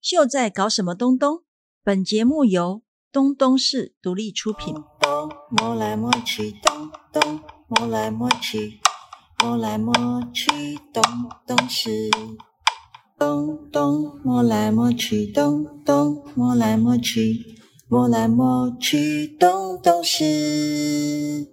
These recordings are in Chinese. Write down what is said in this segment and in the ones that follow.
秀在搞什么东东？本节目由东东市独立出品。东摸来摸去，东东摸来摸去，摸来摸去，东东是东东摸来摸去，东东摸来摸去，摸来摸去，东东是。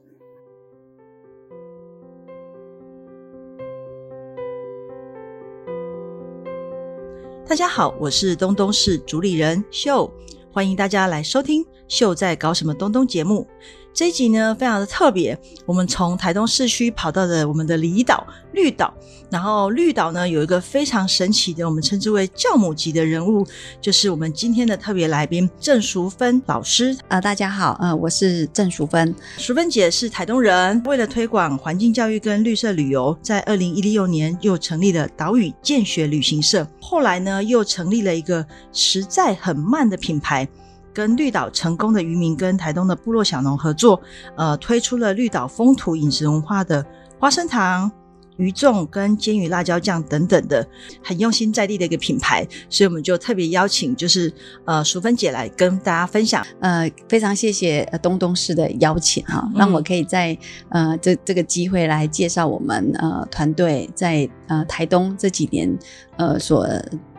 大家好，我是东东市主理人秀，欢迎大家来收听《秀在搞什么东东》节目。这一集呢非常的特别，我们从台东市区跑到了我们的离岛绿岛，然后绿岛呢有一个非常神奇的，我们称之为教母级的人物，就是我们今天的特别来宾郑淑芬老师。呃，大家好，呃，我是郑淑芬。淑芬姐是台东人，为了推广环境教育跟绿色旅游，在二零一六年又成立了岛屿见学旅行社，后来呢又成立了一个实在很慢的品牌。跟绿岛成功的渔民跟台东的部落小农合作，呃，推出了绿岛风土饮食文化的花生糖、鱼粽跟煎鱼辣椒酱等等的，很用心在地的一个品牌，所以我们就特别邀请就是呃淑芬姐来跟大家分享。呃，非常谢谢呃东东市的邀请哈、嗯让我可以在呃这这个机会来介绍我们呃团队在呃台东这几年呃所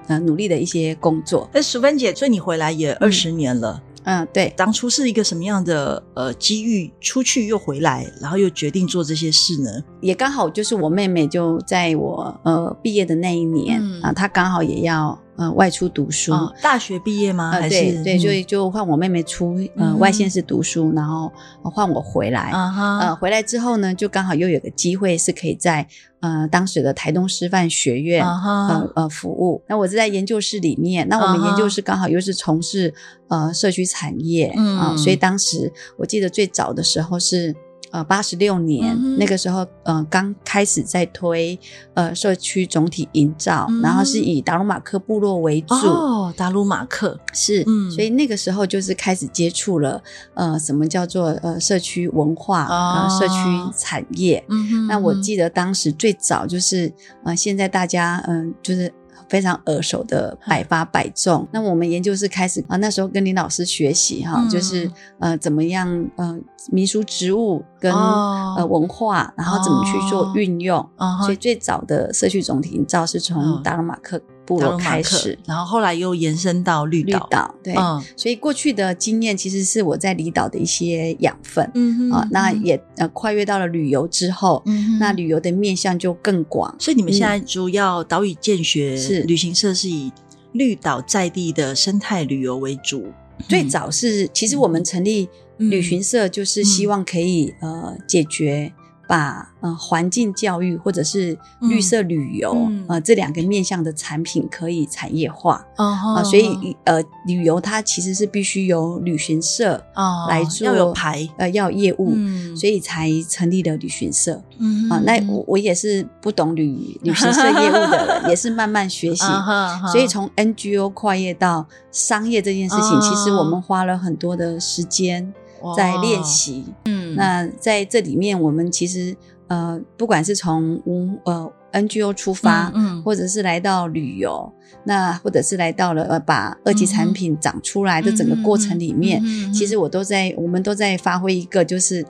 呃努力的一些工作。哎，淑芬姐，所以你回来也二十年了，嗯、对，当初是一个什么样的呃机遇？出去又回来，然后又决定做这些事呢？也刚好就是我妹妹就在我呃毕业的那一年啊、嗯她刚好也要呃外出读书。啊，大学毕业吗？呃，还对是对，所以就换我妹妹出呃嗯外县市读书，然后换我回来。啊哈呃，回来之后呢，就刚好又有个机会是可以在呃当时的台东师范学院。啊哈呃呃，服务。那我是在研究室里面，那我啊们哈研究室刚好又是从事呃社区产业啊、嗯所以当时我记得最早的时候是呃八十六年、嗯哼那个时候，呃刚开始在推呃社区总体营造，嗯哼然后是以达鲁马克部落为主，哦，达鲁马克，是，嗯所以那个时候就是开始接触了，呃，什么叫做呃社区文化、哦呃社区产业。嗯哼那我记记得当时最早就是，呃，现在大家嗯、就是。非常耳熟的百发百中。那我们研究室开始啊，那时候跟林老师学习哈，嗯就是呃怎么样呃民俗植物跟、哦呃文化，然后怎么去做运用。啊哈所以最早的社区总体营造是嗯从达鲁马克部达落鲁马开克始，然后后来又延伸到绿绿岛，岛对，嗯所以过去的经验其实是我在离岛的一些养分嗯哼啊、那嗯也呃跨越到了旅游之后，嗯哼那旅游的面向就更广。所以你们现在主要岛屿建学是旅行社是以绿岛在地的生态旅游为主，最早是其实我们成立嗯旅行社，就是希望可以、呃解决。把呃环境教育或者是绿色旅游、嗯嗯呃这两个面向的产品可以产业化啊、啊所以呃旅游它其实是必须由旅行社啊来做要有牌，呃要有业务，嗯所以才成立了旅行社以嗯啊、那我我也是不懂旅旅行社业务的人，也是慢慢学习。啊嗯所以从 NGO 跨越到商业这件事情，啊其实我们花了很多的时间在练，习。哦嗯那在这里面，我们其实呃，不管是从嗯呃 NGO 出发，嗯或者是来到旅游，那或者是来到了呃把二级嗯产品长出来的整个过程里面，其实我都在，我们都在发挥一个，就是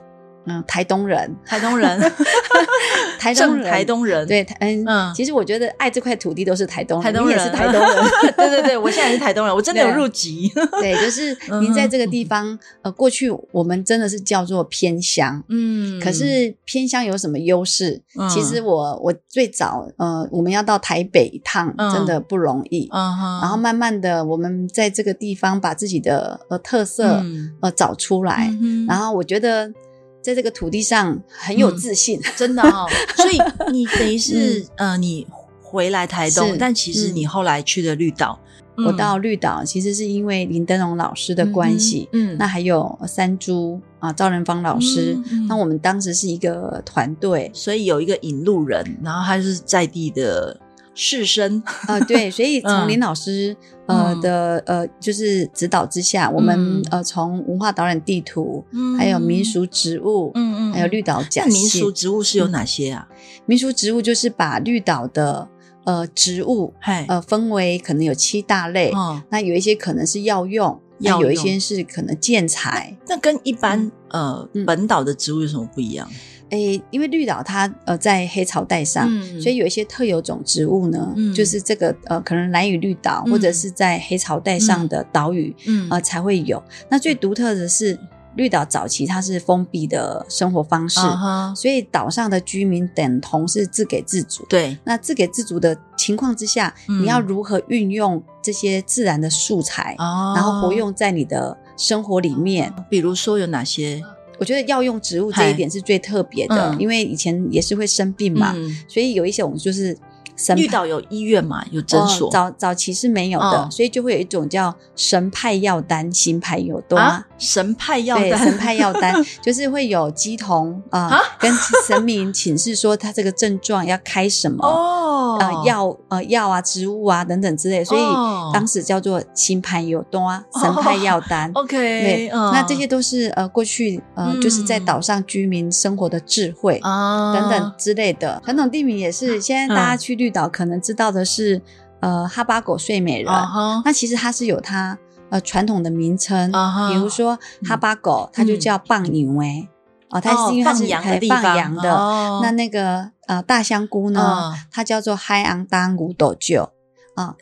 嗯，台东人，台东人， 台东正人，台东人，对，台嗯，嗯其实我觉得爱这块土地都是台东人，台东你人啊也是台东人， 对对对，我现在是台东嗯人，我真的有入籍， 对，就是您在这个地方，呃，过去我们真的是叫做偏乡。嗯可是偏乡有什么优势？嗯其实我我最早呃，我们要到台北一趟，嗯真的不容易。嗯哼，然后慢慢的，我们在这个地方把自己的呃特色、嗯呃找出来，嗯哼然后我觉得在这个土地上很有嗯自信，真的哦，所以你等于 是、呃，你回来台东，嗯是嗯但其实你后来去了绿岛，我嗯到绿岛其实是因为林登荣老师的关系，嗯哼嗯那还有三猪啊赵仁芳老师，嗯嗯，那我们当时是一个团队所以有一个引路人，然后他是在地的士绅，呃，对，所以 嗯从林老师、嗯呃的呃就是指导之下，我们、嗯呃从文化导览地图，嗯还有民，俗植物，嗯嗯，还有绿岛那甲民俗蟹，植物是有哪些啊？民俗植物就是把绿岛的呃植物，嗨，呃分为可能有七大类，哦，那有一些可能是药用，那药有一用些是可能建材。那跟一般呃嗯本岛的植物有什么不一样？诶，因为绿岛它呃在黑潮带上，嗯所以有一些特有种植物呢，嗯就是这个呃可能兰屿绿岛、嗯或者是在黑潮带上的岛屿、嗯呃才会有。那最独特的是绿岛早期它是封闭的生活方式，啊哈所以岛上的居民等同是自给自足。对，那自给自足的情况之下，嗯你要如何运用这些自然的素材，哦然后活，用在你的生活里面？比如说有哪些？我觉得药用植物这嗨一点是最特别的，嗯因为以前也是会生病嘛，嗯，所以有一些我们就是生绿岛有医院嘛，有诊所，哦早早期是没有的，嗯所以就会有一种叫神派药单、新派药多。啊，神派药对，单，神派药 单就是会有鸡童啊，啊跟神明请示说他这个症状要开什么、哦，呃药呃药啊、植物啊等等之类，所以哦当时叫做新派药单、神派药 单。 OK，对，嗯那这些都是呃过去呃、嗯就是在岛上居民生活的智慧。啊等等之类的传统地名也是，嗯现在大家去绿岛可能知道的是，呃，哈巴狗睡美人。啊哈那其实它是有它呃传统的名称，啊哈嗯比如说哈巴狗，它就叫棒牛哎，哦，它是因为它放是羊的哎地放方，羊的。哦那那个呃大香菇呢嗯，它叫做海昂当古斗酒。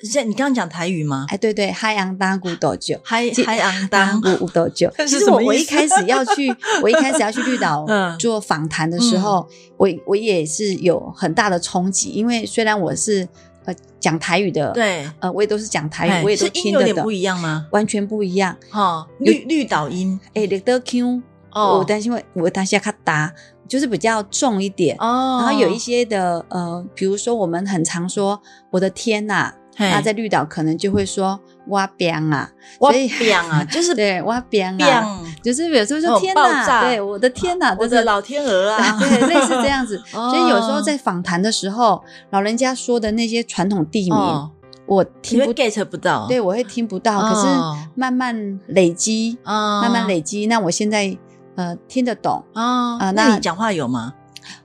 现在你刚刚讲台语吗？哎，对对，海昂当古斗酒。嗨记嗨昂当，五五 斗酒。那其是实什我么意思我一开始要去，我一开始要去绿岛嗯 做访谈的时候，我我也是有很大的冲击，因为虽然我是呃讲台语的，，对，呃，我也都是讲台哎语，我也都是音听有得点懂不，一样吗？完全不一样。哈，绿绿岛音哎，绿岛腔，我哦担心我我担心卡达，就是比较重一点。哦，然后有一些的呃，比如说我们很常说“我的天呐、嘿那在绿岛可能就会说“哇边啊”，哇所以变啊，就是 对“哇边啊”，变，就是有时候那种说天爆炸哪，对我的天哪，我真的的老天鹅 啊，对，类似这样子。哦所以有时候在访谈的时候，老人家说的那些传统地名，哦，我你听会不， get 不到，对我会听不到。可哦是慢慢累积，啊，慢慢累积，那我现在呃听得懂。啊啊那那你讲话有吗？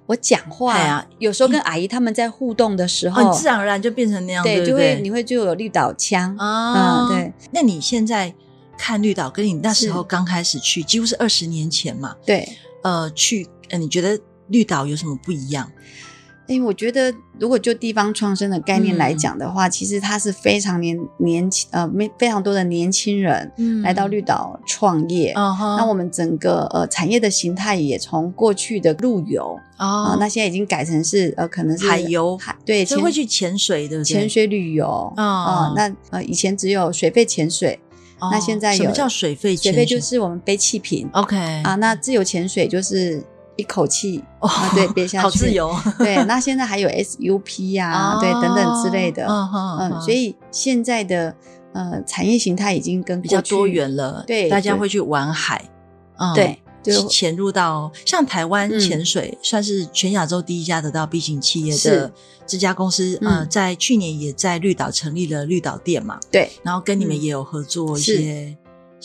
我讲话哎呀有时候跟阿姨他们在互动的时哦，候你，自然而然就变成那样，对，对，就不会对你会就有绿岛腔。啊，嗯对。那你现在看绿岛，跟你那时是候刚开始去，几乎是二十年前嘛？对，呃，去，呃，你觉得绿岛有什么不一样？哎，我觉得如果就地方创生的概念嗯来讲的话，其实它是非常年年轻呃，没非常多的年轻人嗯来到绿岛创业。哦哈，那我们整个呃产业的形态也从过去的陆游啊、哦，那现在已经改成是呃可能是海游海对，所以潜会去潜水，对不对？潜，水旅游啊、哦那呃以前只有水肺潜水，哦、那现在有什么叫水肺水潜水？哦肺就是我们背气瓶 OK 啊，那自由潜水就是一口气哦啊对憋下去， 好自由对，那现在还有 SUP 呀、哦对，等等之类的。嗯哼嗯，嗯所以现在的呃产业形态已经跟比较过去多元了，对大家对会去玩海，嗯，对，就潜入到像台湾嗯潜水、算是全亚洲第一家得到 B 型企业的是这家公司，嗯呃，在去年也在绿岛成立了绿岛店嘛，对，然后跟你们嗯也有合作一些，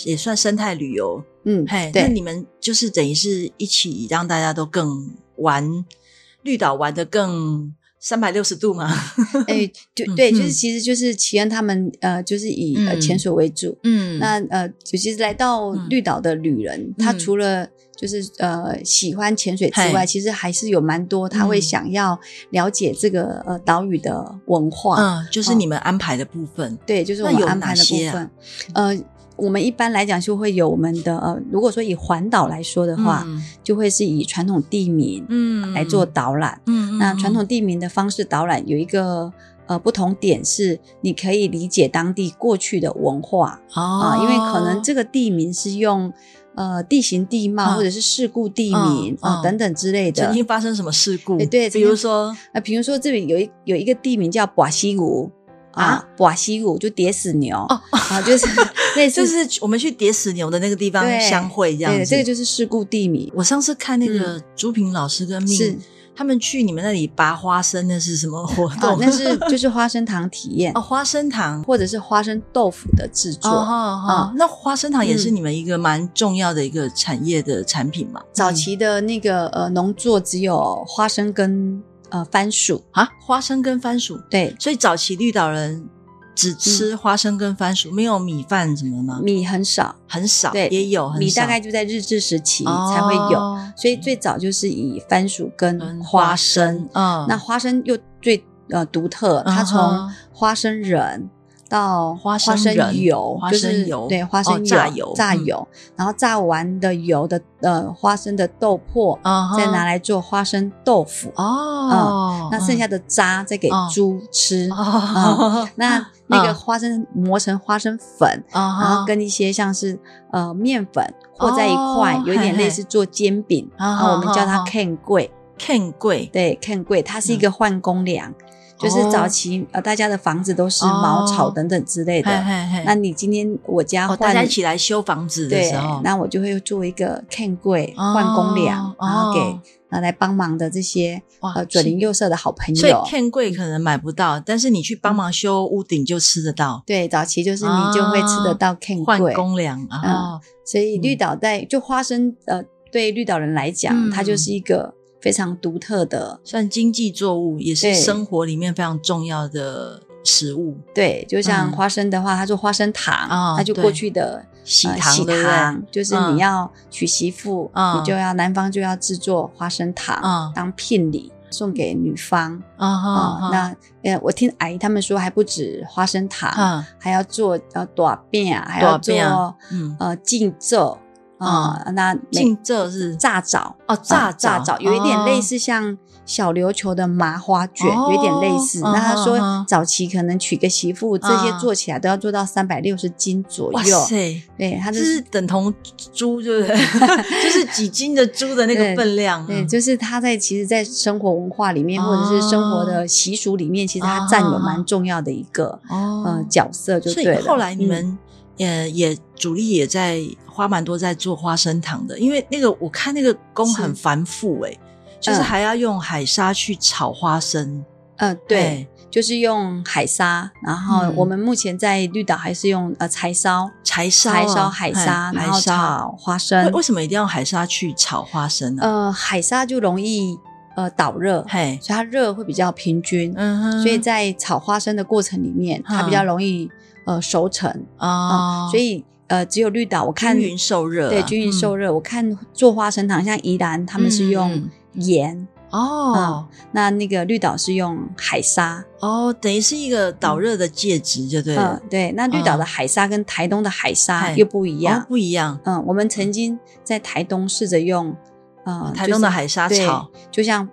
也算生态旅游。嗯嘿，，那对，你们就是等于是一起让大家都更玩绿岛玩的更三百六十度嘛，哎，就嗯对，就嗯是其实就是奇恩他们呃，就是以呃嗯潜水为主。嗯 那呃，尤其是来到嗯绿岛的旅人，他除了就是呃喜欢潜水之嘿外，其实还是有蛮多他会嗯想要了解这个呃岛屿的文化。嗯，就是你们安排的部分，对，就是我那们有安排哪的部些啊分。呃，我们一般来讲就会有我们的呃，如果说以环岛来说的话，嗯就会是以传统地名嗯来做导览。嗯，嗯那传统地名的方式导览有一个呃不同点是，你可以理解当地过去的文化嗯啊、因为可能哦这个地名是用。呃，地形地嗯貌、或者是事故地名嗯啊、嗯等等之类的曾，经发生什么事故哎，对比如曾经说啊，比如说这里有一有一个地名叫瓦西谷啊啊，瓦西谷就叠死牛、啊，就是类似就是我们去叠死牛的那个地方对相会这样对，子，这个就是事故地名，我上次看那个朱平老师跟是命，他们去你们那里拔花生，哦那是什么 活啊动？，那是就是花生糖体验哦，，花生糖。或者是花生豆腐的制哦作。哦哦嗯，那花生糖也是嗯你们一个蛮重要的一个产业的产品嘛？嗯早期的那个呃农作只有花生跟呃番薯，啊，花生跟番薯。对，所以早期绿岛人只吃花生跟番薯，没有米饭什么吗？米很少，很少，嗯对也有哦很米少大概就在日治时期才会有，哦所以最早就是以番薯跟跟花花生，嗯，那花生又最呃独特，它嗯从哼花生仁到花生生仁油，花就生是油对花哦生油、榨油榨嗯油，然后榨完的油的呃花生的豆粕，啊再拿来做花生豆腐，哦，嗯那剩下的渣再给哦猪吃。哦，那那个嗯花生磨成花生粉，然然后跟一些像是呃面粉和在一块，哦有一点嘿类嘿似做煎饼，啊啊，我们叫它啊啊 can 柜， Ken 贵对 can 柜，它嗯是一个换工粮，就是早期呃大家的房子都是茅草哦等等之类嘿的，嘿嘿那你今天我家哦，大家换一起来修房子的对时候，，那我就会做一个 can 柜哦换工粮，然后给哦呃来帮忙的这些哇呃左邻右舍的好朋所以友。 Ken 贵可能买不到，但是你去帮忙修屋顶就吃得到，对，早期就是你就会吃得到 can 啊换柜，公粮啊，所以嗯绿岛在就花生，呃，对绿岛人来讲，嗯它就是一个非常独特的，算经济作物，也是对生活里面非常重要的食物，对，就像嗯花生的话，它做花生糖，哦它就对过去的喜呃糖喜对不对糖，就是嗯你要娶媳妇，嗯你就要男方就要制作花生糖、嗯当聘礼送给女方啊啊、哈，那呃，我听阿姨他们说，还不止花生糖，啊，还要做呃短饼，还要大做饼嗯，呃浸咒啊，那每浸这是炸枣。哦，炸炸炸枣，有一点类哦似像小琉球的麻花卷，有一点类似。哦那他嗯说嗯早期可能娶个媳妇，这些嗯做起来都要做到三百六十斤左哇右。塞，对，他这就是是等同猪，对不 对？就是 几斤的猪的那个对分量啊，对，就是他在其实，在生活文化里面，哦或者是生活的习俗里面，其实他占有蛮重要的一个哦呃角色，就所对以了。后来你嗯们也也主力也在花蛮多在做花生糖的，因为那个我看那个工是很繁复诶、就是嗯还要用海沙去炒花生，呃对，就是用海沙，然后哎嗯我们目前在绿岛还是用呃柴烧。柴烧啊、柴烧海沙，嘿然后海沙。炒花生为。为什么一定要用海沙去炒花生呢、呃，海沙就容易呃导热，嘿，所以它热会比较平均，嗯哼，所以在炒花生的过程里面，它比较嗯容易呃熟成哦，啊、所以呃只有绿岛我看均匀受热啊、对均匀受热，热，我看做花生糖，像宜兰他们是用嗯嗯盐，哦、那那个绿岛是用海沙，哦，等于是一个导热的介质，就对嗯、了，对，那绿岛的嗯海沙跟台东的海沙嗨又不一样哦，，不一样。嗯，我们曾经在台东试着用，呃，哦台东的就是海沙对炒，就像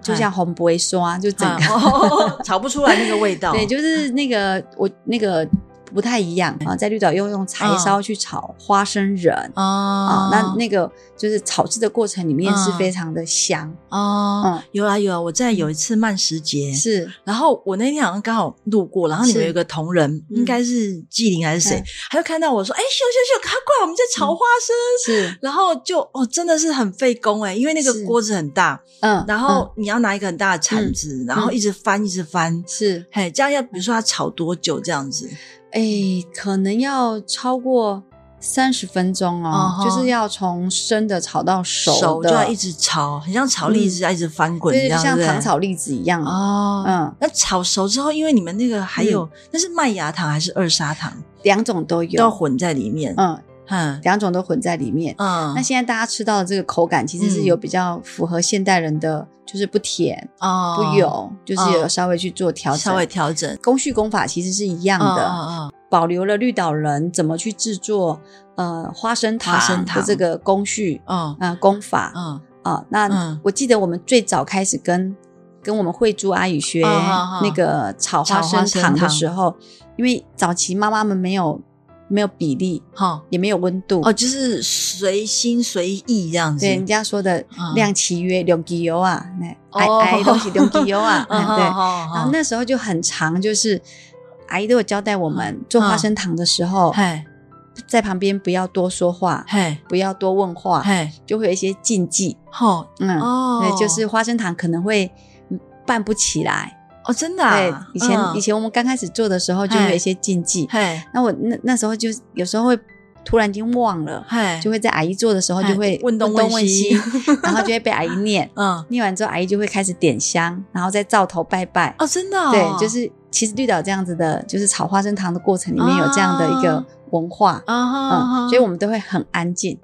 就像红不会刷，就整啊个、哦 嗯炒不出来那个味道， 对，就是那个我那个不太一样啊，在绿岛又用柴烧去炒花生仁嗯哦，嗯啊，那那个就是炒制的过程里面是非常的香，哦，嗯，有啊有啊，我在有一次慢食节，是然后我那天好像刚好路过，然后你们是有一个同仁，嗯应该是纪玲还是谁嗯，他就看到我说：“哎，秀秀秀，快过来，我们在炒花生。”是，然后就哦，真的是很费工哎，因为那个是锅子很大，嗯，然嗯后你要拿一个很大的铲子，然后一直翻一直翻，是，嘿，这样要比如说要炒多久这样子？哎，可能要超过。三十分钟哦哦，吼就是要从生的炒到熟的，手就要一直炒，很像炒栗子要一直翻滚这对，就样，像对不对糖炒栗子一样。哦，嗯，那炒熟之后，因为你们那个还有那是麦芽糖还是二砂糖，两种都都要有，混在里面。嗯，嗯两种都混在里面。嗯，那现在大家吃到的这个口感，其实是有嗯比较符合现代人的，就是不甜、哦不油，就是有稍微去做调整。稍微调整工序工法其实是一样的，嗯嗯保留了绿岛人怎么去制作呃花生糖花生的糖这个工序嗯啊、呃工法啊、嗯那嗯我记得我们最早开始跟跟我们慧珠阿姨学哦哦哦那个炒炒花花生生糖的糖时候，因为早期妈妈们没有没有比例，好也没有温度哦，就是随心随意这样子对，。人家说的嗯量其约，量其油啊，哎哦哎都是量其油啊， 嗯哎对。然后对，那时候就很长，就是阿姨都有交代我嗯们做花生糖的时候，嘿在旁边不要多说话，嘿不要多问话，嘿，就会有一些禁忌。吼啊嗯，嗯哦，对，就是花生糖可能会嗯拌不起来。哦，真的对啊，以前嗯以前我们刚开始做的时候就会有一些禁忌。嘿那我那那时候就有时候会突然间忘了，嗨，就会在阿姨做的时候就会哎问东问问西西， 然后就会被阿姨念，嗯，念完之后阿姨就会开始点香，然后再照头拜拜。哦，真的哦，对，就是其实绿岛这样子的，就是炒花生糖的过程里面有这样的一个啊文化，啊哈啊哈，嗯，所以我们都会很安静。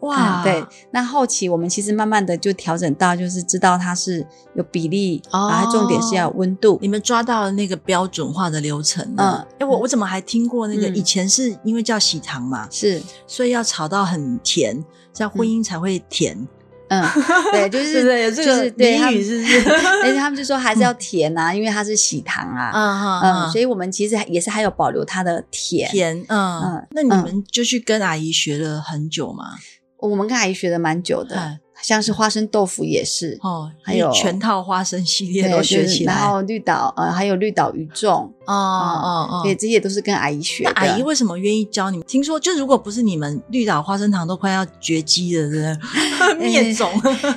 哇，嗯对，那后期我们其实慢慢的就调整到，就是知道它是有比例，哦然后重点是要有温度你。们抓到了那个标准化的流程了。嗯哎、我我怎么还听过那个？嗯以前是因为叫喜糖嘛，是，所以要炒到很甜，这样婚姻才会甜。嗯， 对，就对是不对有这就是个对他俚们语，是不是？ 而且他们就说还是要甜啊，因为它是喜糖啊，嗯嗯，所以以我们其实也是还有保留它的甜。甜，嗯，嗯那你们就去跟阿姨学了很久嘛？我们跟阿姨学的蛮久的，哎像是花生豆腐也是，哦，还有就是全套花生系列对都学起就是来，然后嗯绿岛呃还有绿岛鱼粽，哦哦哦。对，这些都是跟阿姨学那的。阿姨为什么愿意教你们？听说，就如果不是你们，绿岛花生糖都快要绝迹了，真的 灭种。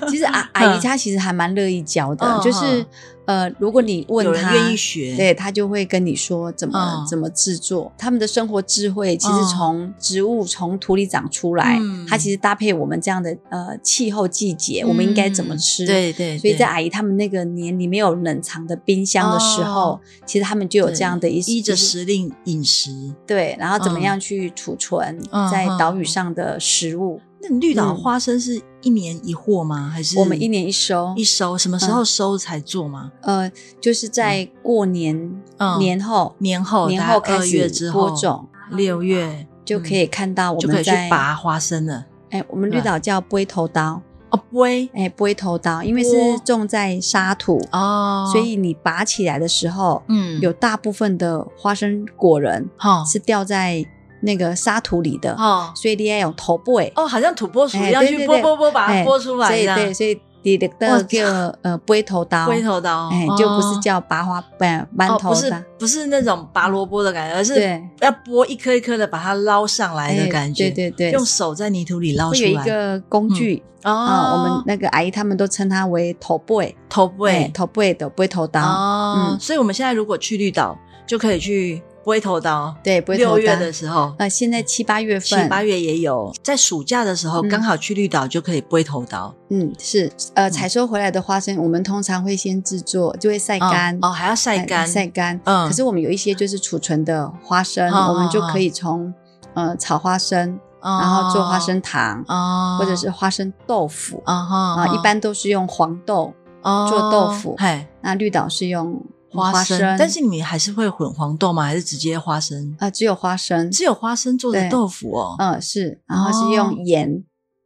其实阿阿姨嗯她其实还蛮乐意教的嗯，就是呃，如果你问有人她愿意学，对她就会跟你说怎么嗯怎么制作。他们的生活智慧其嗯实从植物从土里长出来嗯，它其实搭配我们这样的呃气候季节，我们应该怎么嗯吃？对对，所以对在阿姨他们那个年里面有冷藏的冰箱的时候，哦其实他们就有这样的一依着一时令饮食。对，然后怎么嗯样去储存嗯在嗯岛嗯屿上的食物？那绿岛嗯花生是一年一货吗？还是我们一年一嗯收一，收？什么时候收才做吗？呃，就是在过年嗯年后年后年大后概开二月始之播后，种，六月啊嗯就可以看到我就可们以去在拔花生了。哎，我们对绿岛叫龟头刀，哦，不会哎，龟头刀，因为波是种在沙土，哦，所以你拔起来的时候，嗯有大部分的花生果仁哈是掉在那个沙土里的，哦所以你要有头尾，哦，好像土拨鼠一哎样对去对拨对拨拨把它哎拨出所来以对，的。所以你的哇那个呃龟头刀，龟头刀，哎，哦就不是叫拔花瓣哦馒，头不是的，不是那种拔萝卜的感觉，而是对，要拨一颗一颗的把它捞上来的哎感觉，对对对，用手嗯在泥土里捞会出有来。哦一个工具啊，我们那个阿姨他们都称它为头背，头哎背头背的背头刀，哦，嗯所以我们现在如果去绿岛，就可以去不会头刀。对，背头六月刀。的时候，呃，现在七八月七份，八月也有，在暑假的时候，嗯刚好去绿岛就可以不会头刀，嗯，是呃，采收回来的花生，我们通常会先制作，就会晒干哦，哦还要晒哎干，晒干。嗯可是我们有一些就是储存的花生，哦我们就哦可以从呃炒花生，然然后做花生糖，哦，或者是花生豆腐哦哈啊，一般都是用黄豆，做豆腐嘿，那绿岛是用花生，但是你们还是会混黄豆吗？还是直接花生？啊只有花生，只有花生做的对豆腐哦，嗯是，然后是哦用盐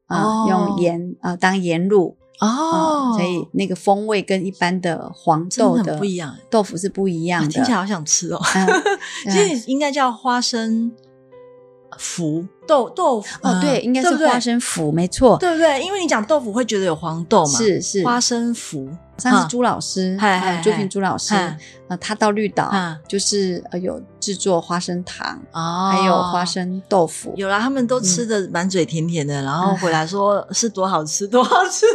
啊，哦用盐啊当盐卤哦啊，，所以那个风味跟一般的黄真豆的的很不一样，豆腐是不一样啊的，听起来好想吃哦。嗯其实应该叫花生腐豆豆腐哦， 嗯对，应该是不对花生腐，没错，对不对？因为你讲豆腐会觉得有黄豆嘛，是是。花生腐上嗯次朱老师，嗨嗨啊朱嗨平朱老师，嗨啊，他到绿岛啊就是呃有制作花生糖，哦还有花。生豆腐，有啦，他们都嗯吃的满嘴甜甜的，然后回来说是多好吃， 多好吃。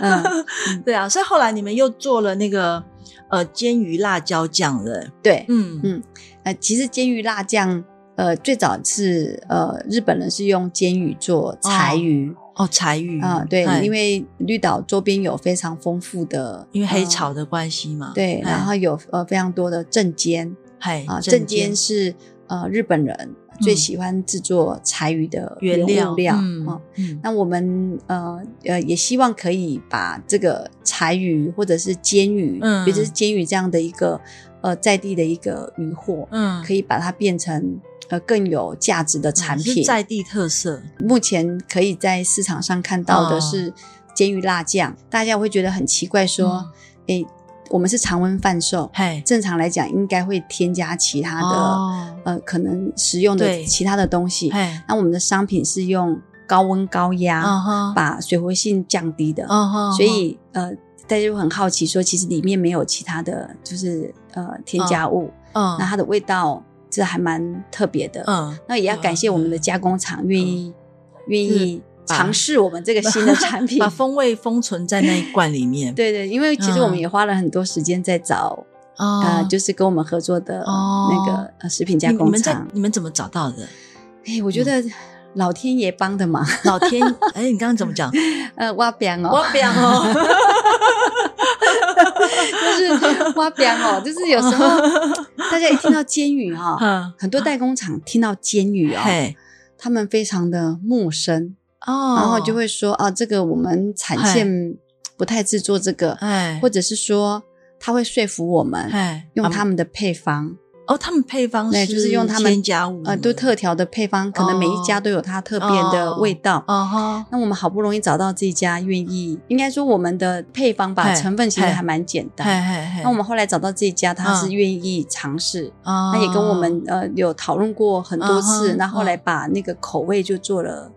嗯， 对啊，所以后来你们又做了那个呃煎鱼辣椒酱了。对，嗯嗯呃，其实煎鱼辣酱，呃，最早是呃日本人是用煎鱼做柴鱼哦，柴鱼啊、对嗨，因为绿岛周边有非常丰富的，因为黑呃潮嗯的关系嘛。对，嗨然后有呃非常多的正煎嗨啊，正正煎是呃日本人最嗯喜欢制作柴鱼的原料料物料嗯啊嗯那我们呃呃也希望可以把这个柴鱼或者是煎鱼，嗯尤其是煎鱼这样的一个呃在地的一个渔获，嗯可以把它变成呃更有价值的产嗯是品。在地特色。目前可以在市场上看到哦的是煎鱼辣酱，大家会觉得很奇怪，说，嗯诶，我们是常温贩售，嘿，正常来讲应该会添加其他的、哦呃可能食用的对其他的东西。嘿，那我们的商品是用高温高压。啊哈，把水活性降低的，啊哈，所以呃，大家就很好奇说，其实里面没有其他的就是呃添加物，嗯那它的味道这还蛮特别的。 嗯，那也要感谢我们的加工厂愿意愿意尝试我们这个新的产品 把。风味封存在那一罐里面。对对，因为其实我们嗯也花了很多时间在找啊呃，就是跟我们合作的哦那个呃食品加你你工们在厂。你们怎么找到的？哎，我觉得老天爷帮的忙，老天， 哎，你刚刚怎么讲？呃，挖边哦，我表哦， 就是挖边哦，就是有时候大家一听到监 狱哈、嗯，很多代工厂听到监狱哦，嘿，他们非常的陌生，哦，然后就，会说啊，这个我们产线不太制作这个，哎，或者是说他会说服我们哎，用啊他们的配方，哦，他们配方对是就是用他们添加物，呃，都特调的配方，可能每一家都有它特别的味道。嗯哦哈，那我们好不容易找到这一家愿意，应该说我们的配方吧，嘿成分其实嘿还蛮简嘿单。嘿嘿，那我们后来找到这一家，他嗯是愿意尝试，他他也跟我们呃有讨论过很多嗯次，哼那后来把那个口味就做了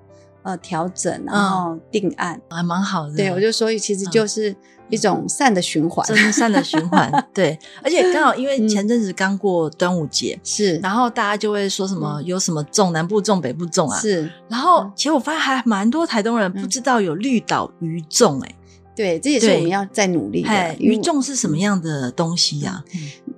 呃调整，然嗯后定案。还蛮好的，对，我就说其实就是一种善的循环，嗯真善的循 环，对，而且刚好因为嗯前阵子刚过端午节，是然后大家就会说什么有什么粽，南部粽、北部粽啊，嗯是，然后嗯其实我发现还蛮多台东人不知道有绿岛鱼粽，哎，对，这也是对我们要再努力的哎，。因为嗯鱼粽是什么样的东西啊呀？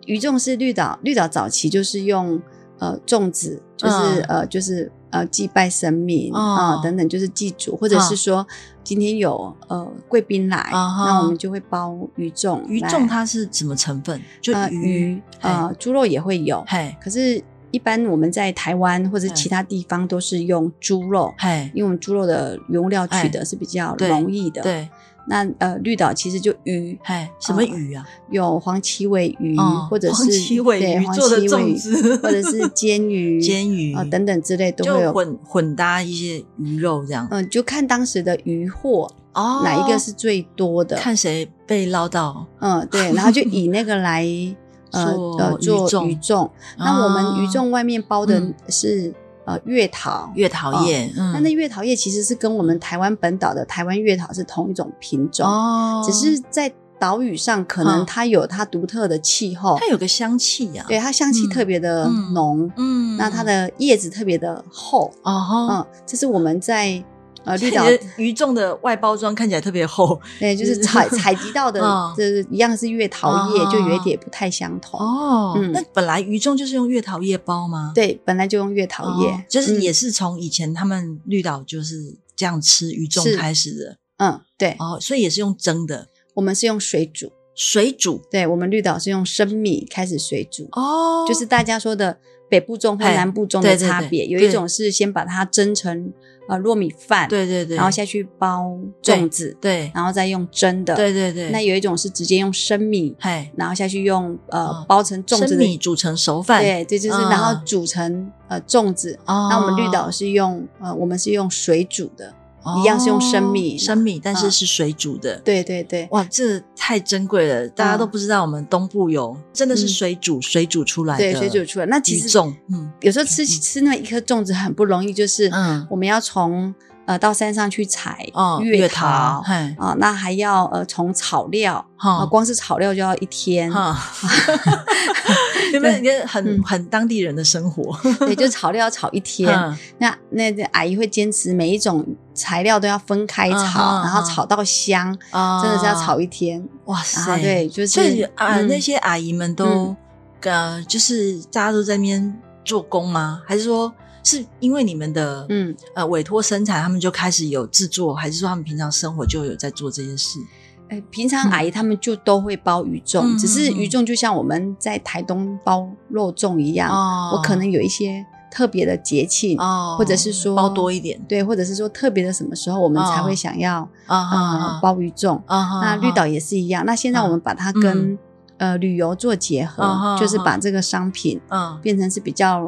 鱼粽是绿岛，绿岛早期就是用呃粽子，就是、嗯呃就是呃祭拜神明哦啊、等等，就是祭祖，或者嗯是说、今天有呃贵宾来，啊哈那我们就会包鱼粽来。鱼粽它是什么成分？就呃鱼鱼，呃猪肉也会有，嘿，可是，一般我们在台湾或者嗯其他地方都是用猪肉。嘿，因为我们猪肉的原物料取得是比较对容易的，。对，那呃，绿岛其实就鱼，嘿，什么鱼啊？有黄鳍尾鱼，哦嗯或者是 黄鳍尾对鱼黄做的鳍尾粽鱼子或 者是煎鱼、煎鱼啊、等等之类都就会有。混混搭一些鱼肉这样。嗯，就看当时的鱼货、哦哪一个是最多的，看谁被捞到？嗯，对，然后就以那个 来呃做呃做鱼粽鱼粽。那我们鱼啊粽外面包的嗯是、呃月桃，越讨厌，嗯，哦那那月桃叶其实是跟我们台湾本岛的台湾月桃是同一种品种，哦，只是在岛屿上可能嗯它有它独特的气候，它有个香气呀，对它香气嗯特别的嗯浓，嗯，那它的叶子特别的厚，哦吼，嗯，这是我们在呃绿你 岛的鱼粽的外包装看起来特别 厚对，就是是采采集到的嗯，就是一样是月桃叶，哦就有一点不太相同。哦嗯那本来鱼粽就是用月桃叶包吗？对，本来就用月哦，桃叶，就是嗯也是从以前他们绿岛就是这样吃鱼粽是开始的嗯，对，哦，所以也是用蒸的我们是用水煮，水煮对我们绿岛是用生米开始水煮，哦，就是大家说的北部粽和哎南部粽对的对差对别，有对一种是先把它蒸成呃糯米饭，对对对，然后下去包对粽子，对然后再用蒸的，对对对，那有一种是直接用生米，嘿然后下去用嗯呃包成粽子生的米煮成熟饭，对对，就是、然后嗯煮成呃粽子。哦，那我们绿岛是用呃，我们是用水煮的。哦一样是用生米生米，但是嗯是水煮的。对对对，哇，这太珍贵了，大家都不知道我们东部有真的是嗯水煮水煮出来的对水煮出来。那其鱼实粽，嗯有时候吃吃那么一颗粽子很不容易，就是嗯我们要从呃到山上去采哦，月桃，哦桃嘿， 啊，那还要呃从草料啊，哈光是草料就要一天。哈， 有没有一个很嗯很当地人的生活？对，就草料要炒一天。嗯那那那阿姨会坚持每一种材料都要分开嗯炒，嗯然后嗯炒到香，啊真的是要炒一天。哇啊，塞，对，就是所以啊，嗯那些阿姨们都、呃，就是大家都在那边做工吗？还是说是因为你们的、嗯，呃委托生产，他们就开始有制作，还是说他们平常生活就有在做这件事？哎平常阿姨她们就都会包鱼粽，嗯只是嗯嗯鱼粽就像我们在台东包肉粽一样，哦我可能有一些特别的节庆，哦，或者是说包多一点对，或者是说特别的什么时候我们哦才会想要啊啊、哈呃包鱼粽。啊哈那绿岛也是一样，那现在我们把它跟、呃旅游做结合，嗯哦哦就是哦把这个商品嗯变成是比较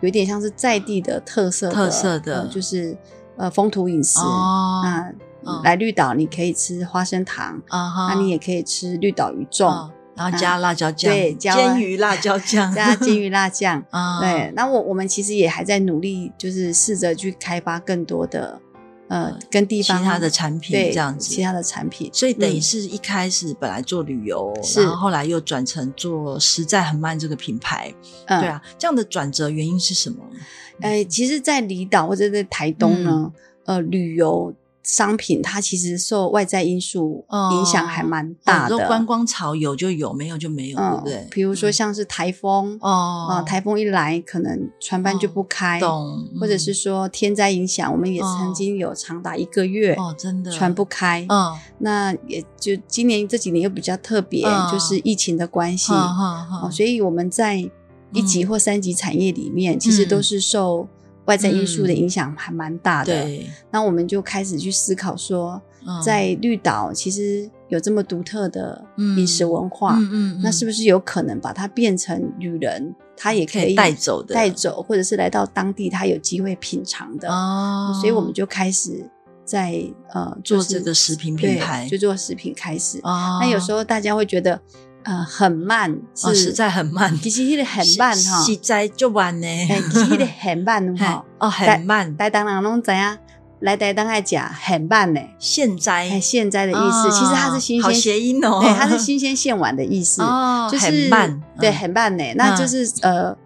有一点像是在地的特色的特色的呃就是呃风土饮食。哦那嗯来绿岛，你可以吃花生糖，啊哈，那你也可以吃绿岛鱼嗯粽，然后加辣椒酱，对加煎鱼辣椒酱，。加金鱼辣酱啊，对，那我我们其实也还在努力，就是试着去开发更多的呃跟地嗯其方他的产品对这样子，其他的产品。所以等于嗯是一开始本来做旅游，是然后后来又转成做实在很慢这个品牌，嗯对，啊，这样的转折原因是什么？嗯呃，其实，在离岛或者在台东呢，呃，旅游商品它其实受外在因素哦影响还蛮大很多的，哦观光潮有就有，没有就没有，对嗯不对？比如说像是台风嗯哦啊，台风一来，可能船班就不开，懂，或者嗯是说天灾影响，我们也哦曾经有长达一个月哦，真的船不开。嗯，那也就今年这几年又比较特别，嗯就是疫情的关系，哈哈哈哦，所以我们在一嗯级或三级产业里面，其实都是受外在因素的影响还蛮大的。嗯对，那我们就开始去思考说，嗯在绿岛其实有这么独特的饮食文化，嗯嗯，那是不不是有可能把它变成旅人，他也可以带走的？带走，或者是来到当地他有机会品尝的？哦，所以我们就开始在呃、做就是这个食品对品牌就做食品开始。哦，那有时候候大家会觉得，呃，很慢，是、哦实在很慢，其实迄个很慢哈，实在就晚呢， 哎，其实迄个很慢哈 嘿，哦，很慢，台东人拢知影，来台东爱食很慢呢，现摘哎，现在的意思，其实它是新哦好鲜，谐音哦，对，它是新鲜现碗的意思，哦，就是很慢，对，嗯很慢呢，那就是呃，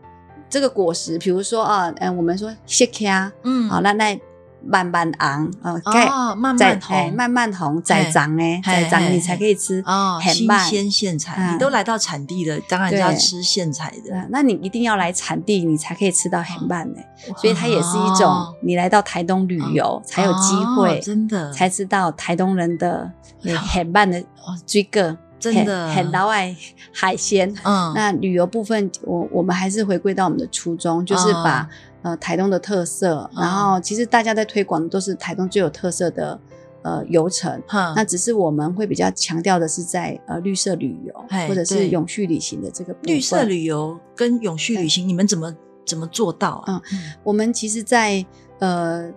这个果实，比如说啊，嗯，我们说切开啊，嗯，好，那那慢慢昂啊，盖哦，慢再慢哎红，慢慢红，再长哎，嘿再嘿长你嘿才可以吃哦，很新慢。鲜现采，嗯你都来到产地了，当然就要对吃现采的，啊那你一定要来产地，你才可以吃到很慢呢。所以它也是一哦种你来到台东旅游才有机会哦，真的才知道台东人的哎呃呀很慢的追个，哦真的很很老外海鲜。嗯那旅游部分，我我们还是回归到我们的初衷，就是哦把呃台东的特色，嗯然后其实大家在推广的都是台东最有特色的呃游程。哼那只是我们会比较强调的是在呃绿色旅游哎或对者是永续旅行的这个部分绿色旅游跟永续旅行，你们怎么怎么做到嗯啊？我们其实在，呃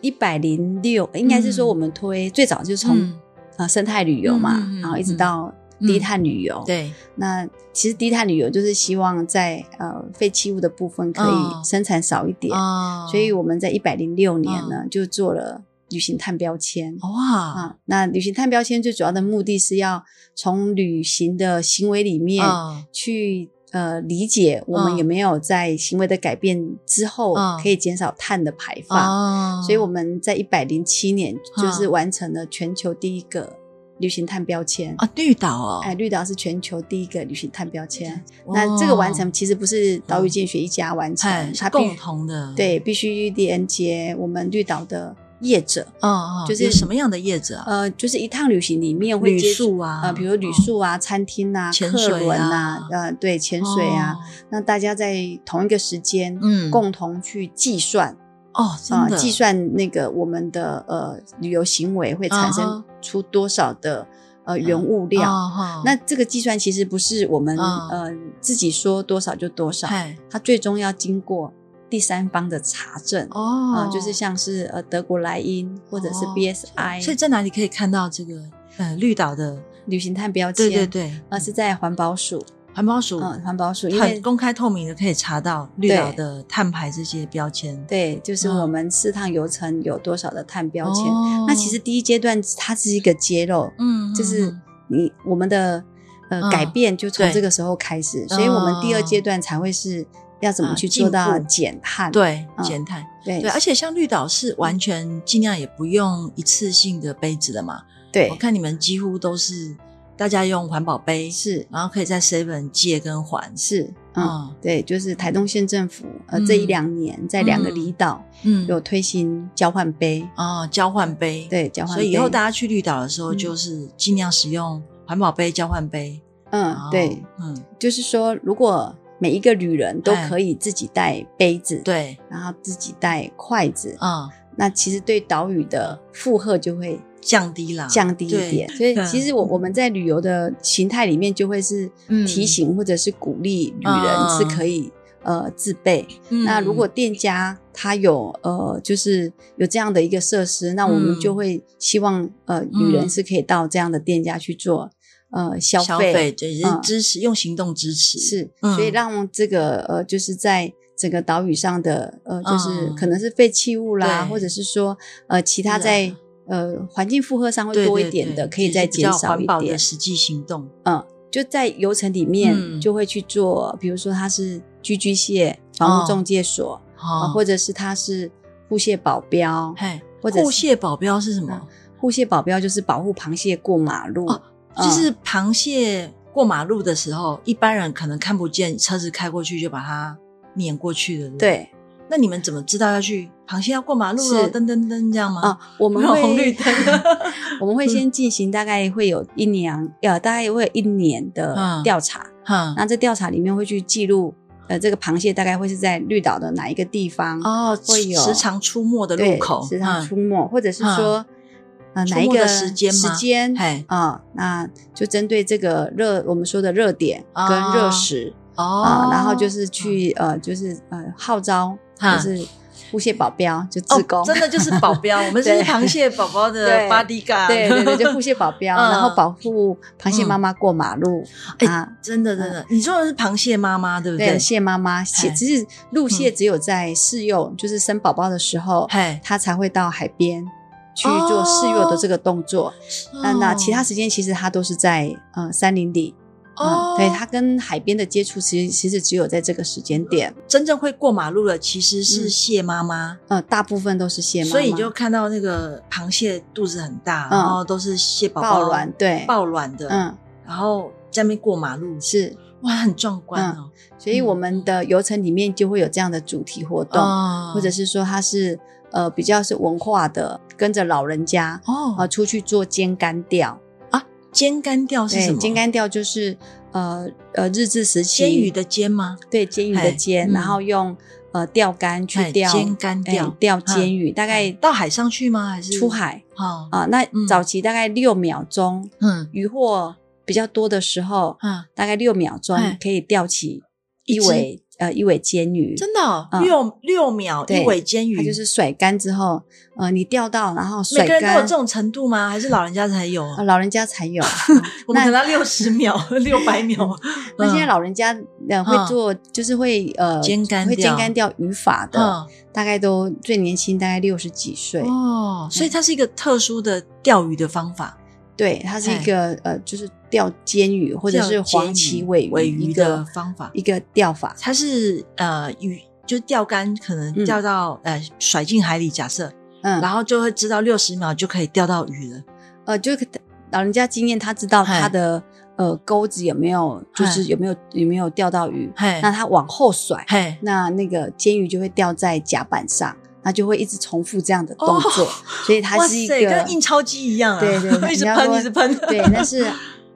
一百零六，应该是说嗯我们推、最早就是从、嗯呃生态旅游嘛，嗯嗯嗯然后一直嗯到嗯低碳旅游。，对，那其实低碳旅游就是希望在呃废弃物的部分可哦以生产少一点，哦嗯所以我们在一百零六年呢、就做了旅行碳标签。哇，啊，那旅行碳标签最主要的目的是要从旅行的行为里面嗯去、呃理解我嗯们有没有在行为的改变之后嗯可以减少碳的排放。哦所以我们在一百零七年就是嗯完成了全球第一个旅行碳标签。啊，绿岛哦，哎，绿岛是全球第一个旅行碳标签。哦那这个完成其实不是岛屿建学一家完嗯成，哎是它必共同的，对必须连接我们绿岛的业者。嗯，哦，就是有什么样的叶子啊？呃，就是一趟旅行里面会旅接触宿啊呃，比如旅哦宿啊、餐厅啊、潜客水轮啊呃，对，潜水啊，哦，那大家在同一个时间，嗯共同去计算哦，啊、真的计算那个我们的呃旅游行为会产啊生出多少的、呃原物料。哦哈那这个计算其实不是我们、啊呃自己说多少就多少，哎它最终要经过第三方的查证啊、哦，就是像是呃德国莱茵或者是哦 BSI，、所以在哪里可以看到这个呃绿岛的？旅行碳标签，对对对，呃，是在环保署，环保署嗯，环保署，因为很公开透明的可以查到绿岛的碳排这些标签。对，就是嗯我们四趟游程有多少的碳标签。哦那其实第一阶段它是一个揭露，嗯，嗯就是嗯你我们的呃、嗯改变就从对嗯这个时候开始，所以我们第二阶段才会是要怎么去做啊到进步减碳。对嗯减碳，对对，而且像绿岛是完全尽量也不用一次性的杯子的嘛。对我看你们几乎都是大家用环保杯，是然后可以在 Seven 借跟还。是嗯。啊，对，就是台东县政府，呃，嗯这一两年在两个离岛嗯，有推行交换杯，哦，交换杯，，对，交换所杯。以以后大家去绿岛的时候，嗯就是尽量使用环保杯、交换杯。嗯然后，对，，嗯，就是说，如果每一个旅人都哎可以自己带杯子，对，然后自己带筷子，嗯，那其实对岛屿的负荷就会降低啦，降低一点。所以对其实我我们在旅游的形态里面，就会是嗯提醒或者是鼓励旅嗯人是可以、呃自备。嗯那如果店家他有呃就是有这样的一个设施，那我们嗯就会希望呃旅人是可以到这样的店家去做呃消消费费，对，也是嗯支持，用行动支持，是，嗯所以让这个呃，就是在整个岛屿上的呃，就是嗯可能是废弃物啦，对或者是说呃，其他是啊在呃环境负荷上会对多对一点的，对可就以是再比较减少环一保点的。实际行动。就在游程里面嗯就会去做，比如说它是居居蟹房哦屋中介所啊，哦，或者是它是护蟹保镖，嘿，或者护是嗯蟹保镖是什么？护蟹保镖就是保护螃蟹过马路，哦嗯就是螃蟹过马路的时候，一般人可能看不见，车子开过去就把它碾过去了。不，对那你们怎么知道要去螃蟹要过马路了？是噔噔噔这样吗？啊、我们哦没有会红 绿灯 嗯我们会先进行大概会有一年，呃，大概会有一年的嗯调查。 哼、那这调查里面会去记录，呃，这个螃蟹大概会是在绿岛的哪一个地方？哦，会有时常出没的对路口，时常嗯出没，或者是说，呃，出哪一没的个时间时吗间嘿，啊、那就针对这个热，我们说的热点哦跟热食啊、哦，嗯然后就是去、呃，就是呃号召，哈就是护蟹保镖，就嗯哦自工，真的就是保镖，我们是对螃蟹宝宝的对 body guard， 对对对，就护蟹保镖，嗯然后保护螃蟹妈妈过马路、哎啊。 真的真的，你说的是螃蟹妈妈对不对，对？蟹妈妈，蟹嘿嗯只是陆蟹只有在试幼，就是生宝宝的时候，嘿，哦它才会到海边去做试幼的这个动作。那、那其他时间其实它都是在呃山林哦里。嗯，对，它跟海边的接触其实其实只有在这个时间点，真正会过马路的其实是嗯蟹妈妈，呃，大部分都是蟹妈妈，所以你就看到那个螃蟹肚子很大，嗯然后都是蟹宝宝抱卵，对，爆卵的，嗯然后在那边过马路，是，哇，很壮嗯观哦。所以我们的游程里面就会有这样的主题活动，哦或者是说它是呃比较是文化的，跟着老人家呃哦，出去做煎干钓，煎干钓是什对，么？煎干钓就是呃呃日治时期煎鱼的煎吗？对煎鱼的嘿煎，嗯然后用呃钓竿去哎钓煎干嗯哎钓，钓煎鱼，大大概到海上去吗？还是出？海哦，啊、那嗯早期大概六秒钟，嗯渔获比较多的时候，嗯，大概六秒钟哎可以钓起一一只尾呃一尾煎鱼，真的哦嗯六六秒对一尾煎它鱼，就是甩竿之后，呃，你钓到然后甩每个人都有竿这，种程度吗？还是老人家才有？呃老人家 才有。我们可能要六十秒、 六百秒。那现在嗯老人家呃会嗯做，就是会呃煎干嗯会钓煎干钓语法的，大概都最年轻大概六十几岁嗯。哦，所以它是一个特殊的钓鱼的方法，对，它是哎一个呃，就是钓煎鱼或者是叫煎黄鳍鱼尾尾鱼鱼一个的方法。一个钓法。它是呃鱼，就是钓竿可能嗯钓到、呃甩进海里，假设，嗯，然后就会知道六十秒就可以钓到鱼了。呃，就老人家经验，他知道嗨他的呃钩子有没有，就是嗨有没有有没有钓到鱼，嘿那他往后甩，嘿，那那个煎鱼就会掉在甲板上，那就会一直重复这样的动哦作，所以它哇是一塞，个跟印钞机一样啊！对对， 一直人家喷说一直喷。对，那是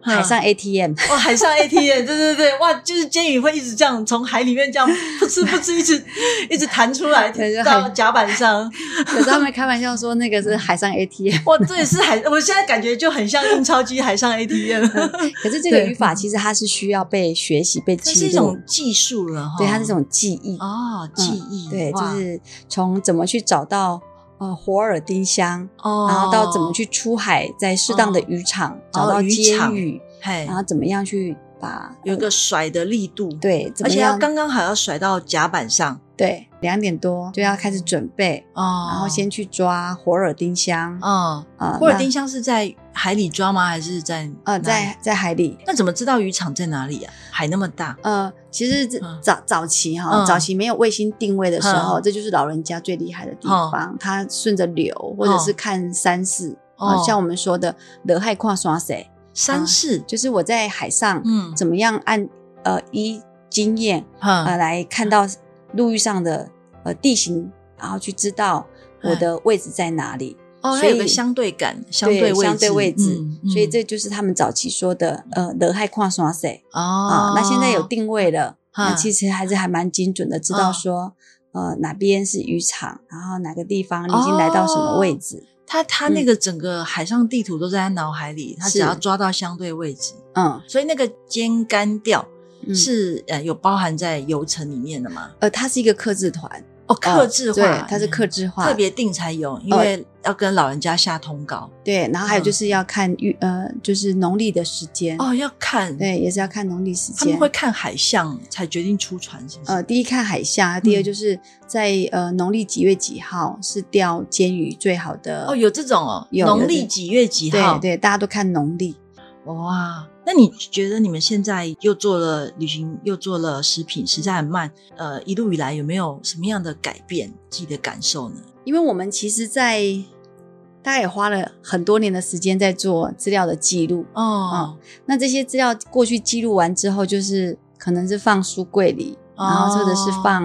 海上 ATM，哇，哦海上 ATM，对对对，哇，就是煎鱼会一直这样从海里面这样噗嗤噗嗤一 直一直弹出来对就海到甲板 上。有时候他们开玩笑说那个是海 上 ATM，哇，这也是海，我现在感觉就很像印钞机海上 ATM， 可是这个对语法其实它是需要被学习、被这是记一录种，技术了哈。对，它是一种记忆，哦嗯记忆，对，就哇是从怎么去找到呃活饵丁香，哦，然后到怎么去出海，在适当的渔场找到渔煎场鱼，嘿然，后怎么样去把有一个甩的力度，，对，怎而么且要样刚刚好要甩到甲板上对两点多就要开始准备，哦，然后先去抓活饵丁香嗯，啊，或者那丁香是在海里抓吗？还是在呃哪里在在海里。那怎么知道渔场在哪里呀、海那么大，呃，其实这嗯早早期哈，嗯早期没有卫星定位的时候，嗯这就是老人家最厉害的地方。他顺着流，或者是嗯看山势，啊，哦像我们说的“人海跨刷谁山势”，、就是我在海上，嗯呃怎么样按呃依经验呃嗯来看到陆域上的呃地形，然后去知道我的位置在哪里，哦，它所以有个相对感，嗯相对位置，相对位置。嗯嗯所以这就是他们早期说的呃“人海跨刷谁”。啊、哦，那现在有定位了，那嗯其实还是还蛮精准的，知道嗯说、呃哪边是渔场，然后哪个地方你已经来到什么哦位置，他他嗯那个整个海上地图都在他脑海里，他只要抓到相对位置，所以那个尖干钓嗯嗯，是、呃有包含在游程里面的嘛？呃，它是一个克制团，哦，呃克制化，嗯对，它是克制化，呃特别定才有，因为要跟老人家下通稿对，然后还有嗯就是要看预、呃，就是农历的时间，哦，要看对，也是要看农历时他们间会。看海象才决定出船，是不是？呃，第一看海象，第二嗯就是在、呃农历几月几号是钓煎鱼最好的哦，有这种哦，有有农这历几月几号？对对，大家都看农历，哇，那你觉得你们现在又做了旅行，又做了食品，实在很慢。呃，一路以来有没有什么样的改变？自己的感受呢？因为我们其实在，大概也花了很多年的时间在做资料的记录。哦，那这些资料过去记录完之后，就是可能是放书柜里，哦然后或者是放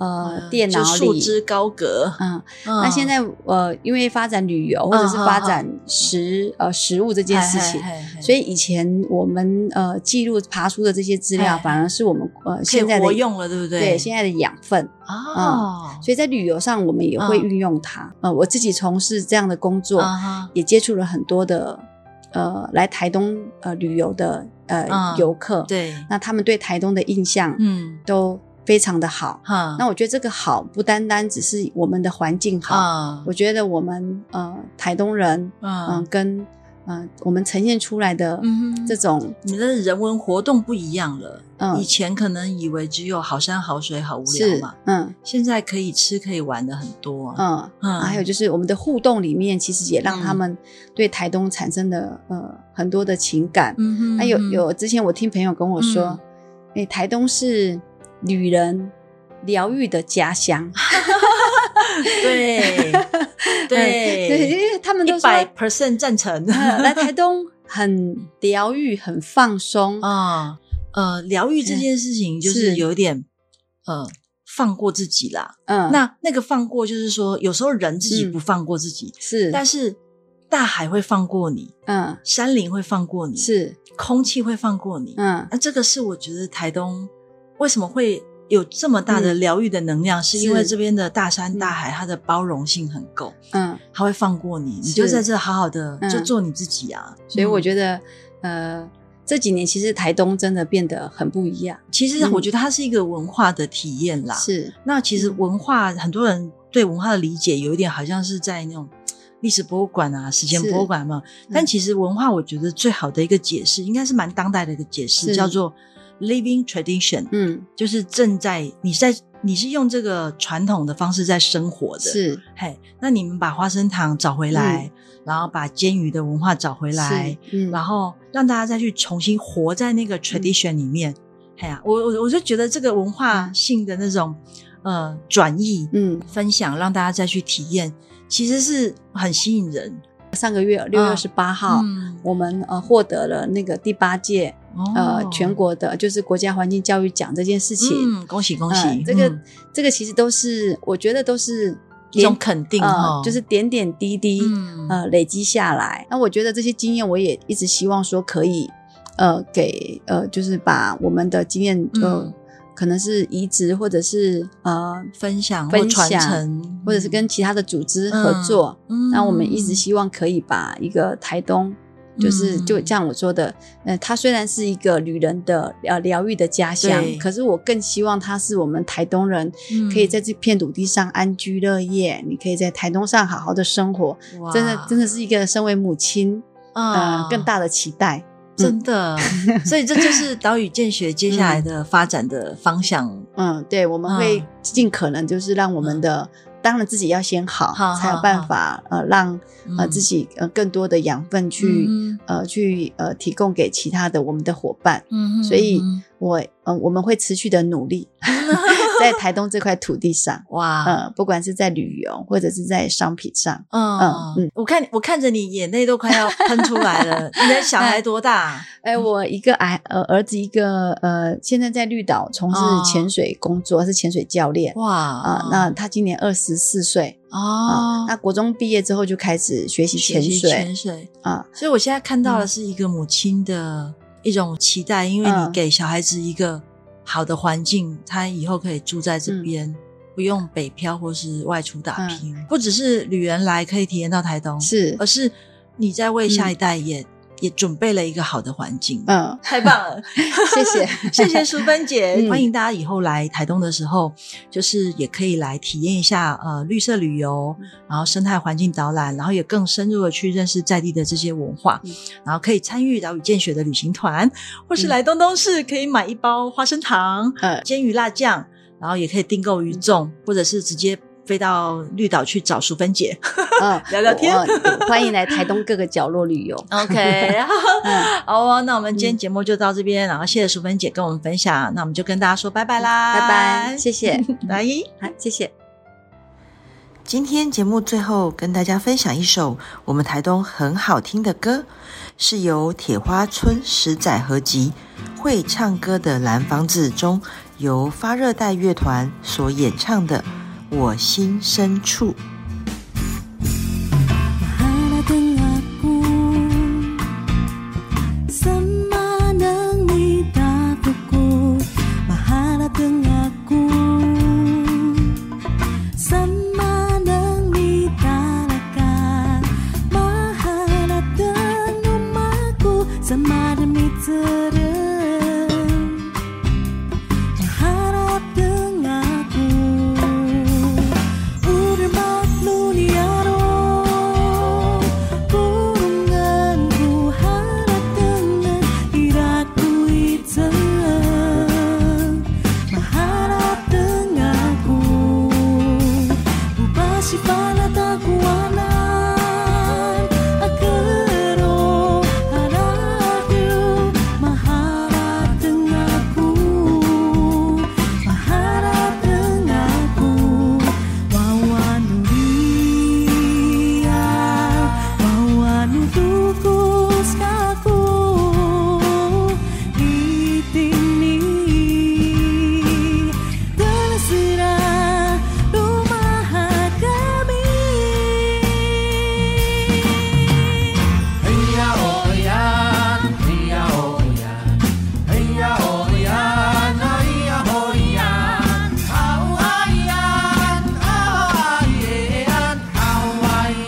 嗯呃电脑就里束。之高阁。嗯，嗯那现在呃，因为发展旅游或者是嗯发展食呃食物这件事情，所以以以前我们呃记录爬出的这些资料，嘿反而是我们呃可以现在活的用了，对不对？对现在嗯的养分，哦，所以在旅游上我们也会嗯运用它。呃，我自己从事这样的工作，啊哈也接触了很多的呃来台东呃旅游的呃、嗯游客，，对，那他们对台东的印象嗯，都非常的好。哈，那我觉得这个好不单单只是我们的环境好，啊，我觉得我们呃台东人，嗯、嗯跟嗯、呃我们呈现出来的嗯哼这种你的人文活动不一样了。嗯以前可能以为只有好山好水好无聊是嘛，嗯现在可以吃可以玩的很多。嗯。嗯还有就是我们的互动里面，其实也让他嗯们对台东产生的呃很多的情感。嗯哼，那、有嗯哼，嗯有之前我听朋友跟我说，哎、台东是女人疗愈的家乡， 对嗯对，因 对，为他们都一说 百 percent 赞成。呃来台东很疗愈、很放松。 啊，呃，疗愈这件事情就是嗯是有一点呃放过自己啦。嗯，那那个放过就是说，有时候人自己嗯不放过自己，是，但是大海会放过你，嗯山林会放过你，是，空气会放过你。嗯那这个是我觉得台东为什么会有这么大的嗯疗愈的能量，是因为是这边的大山大海它的包容性很够，嗯，它会放过你，你是就在这好好的嗯就做你自己啊。所以我得，觉得、呃这几年其实台东真的变得很不一样。其实嗯我觉得它是一个文化的体验啦。是，那其实嗯文化，很多人对文化的理解有一点好像是在那种嘖历史博物馆啊、史前是嗯博物馆嘛。但其实文化，我觉得最好的一个解释，应该是蛮当代的一个解释，是叫做 living tradition，嗯就是正在你在你是用这个传统的方式在生活的。，是嗯嘿，那你们把花生糖找回来，然后把煎鱼的文化找回来，是嗯然后让大家再去重新活在那个 tradition 里面。哎呀，我我我就觉得这个文化性的那种呃转移、嗯分享，让大家再去体验，其实是很吸引人。六月二十八号。嗯，我们呃获得了那个第八届呃、哦全国的，就是国家环境教育奖这件事情，嗯，恭喜恭喜，呃这个、嗯这个其实都是我觉得都是一种点肯定呃哦，就是点点滴滴、嗯呃累积下来。那我觉得这些经验，我也一直希望说可以呃给呃就是把我们的经验呃、嗯可能是移植或者是呃分享或分传享承，或者是跟其他的组织合作。嗯那我们一直希望可以把一个台东，就是嗯就像我说的，呃，它虽然是一个旅人的呃疗愈的家乡对，可是我更希望它是我们台东人嗯可以在这片土地上安居乐业，你可以在台东上好好的生活，真的真的是一个身为母亲，呃，啊更大嗯的期待。真 的，所以这就是岛屿建学接下来的发展的方向。嗯，对，我们会嗯尽可能就是让我们的。当然，自己要先好，好才有好办好法呃，让呃嗯自己呃更多的养分去嗯呃去呃提供给其他的我们的伙伴。嗯所以嗯我呃我们会持续的努力， 在台东这块土地 上，哇，呃，不管是在旅游或者是在商品上，嗯嗯嗯我看我看着你眼泪都快要喷出来了。 你的小孩多大？哎，我一个儿呃儿子一个呃，现在在绿岛从事哦潜水工作，是潜水教练哇啊、那他今年二十四岁啊、哦，那国中毕业之后就开始学习学潜习水潜水。啊、嗯所以我现在看到的是一个母亲的一种期待，因为你嗯给小孩子一个好的环境，他以后可以住在这嗯边。不用北漂或是外出打拼，不只是旅人来可以体验到台东，是而是你在为下一代也、也准备了一个好的环境。嗯，太棒了，谢 谢 谢谢淑芬姐，嗯欢迎大家以后来台东的时候，就是也可以来体验一下呃绿色旅游，然后生态环境导览，然后也更深入的去认识在地的这些文化，嗯然后可以参与岛屿见学的旅行团，或是来东东市可以买一包花生糖、呃煎鱼辣酱，然后也可以订购鱼粽，或者是直接飞到绿岛去找淑芬姐。嗯，聊聊天我我欢迎来台东各个角落旅游。 OK，嗯好哦，那我们今天节目就到这边，然后谢谢淑芬姐跟我们分享，那我们嗯就跟大家说拜拜啦， 拜拜，谢谢，来。好，谢谢。今天节目最后跟大家分享一首我们台东很好听的歌，是由铁花村十载合集《会唱歌的蓝房子》中由发热带乐团所演唱的《我心深处》。 Mahalagang ako sa manang nidako ko. Mahalagang ako sa manang nidalaka. Mahalagang umako sa marami terang. Maharap ng ako. Urmak lunyaro Kurungan ku harap dengan iratku itang Maharap denganku Ubasi pala takuanan Akero harapku Maharap denganku Maharap denganku Thank you Heia hoian, heia hoian, heia hoian, heia hoian. Hau haian, hau haiean, hau haian.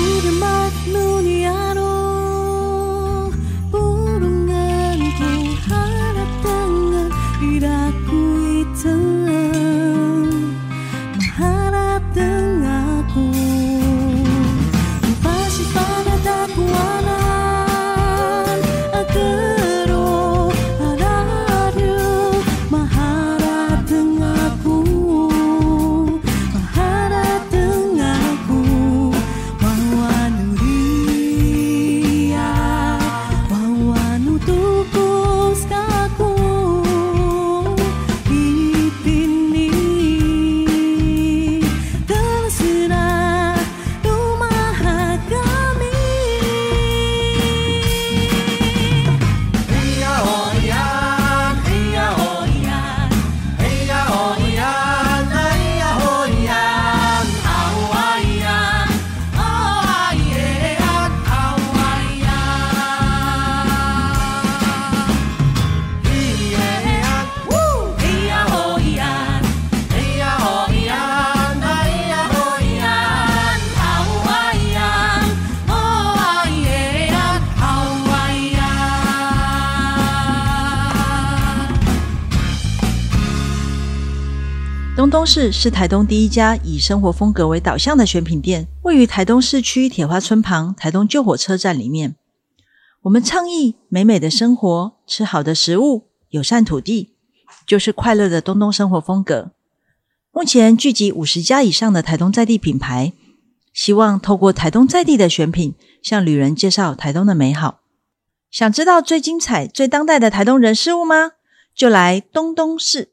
Urmat nuniaro Burungan ku harap tangan Diraku itang Maharap dengaku Kupasi pada dakwanan Akero haradu Maharap dengaku Maharap dengaku Mawanuria, mawanutukos ka ko Ipini, dalasira, lumaha kami Heia oh ya. hoian, heia hoian, heia oh ya. hoian, heia hoian. Hau ya. haian, hau haiean, hau haian. Hiean, woo! Heia hoian, heia hoian, heia hoian. Hau haian, hau haiean, hau haian. 东东市是台东第一家以生活风格为导向的选品店，位于台东市区铁花村旁台东旧火车站里面。我们倡议美美的生活，吃好的食物，友善土地，就是快乐的东东生活风格。目前聚集五十家以上的台东在地品牌，希望透过台东在地的选品，向旅人介绍台东的美好。想知道最精彩、最当代的台东人事物吗？就来东东市。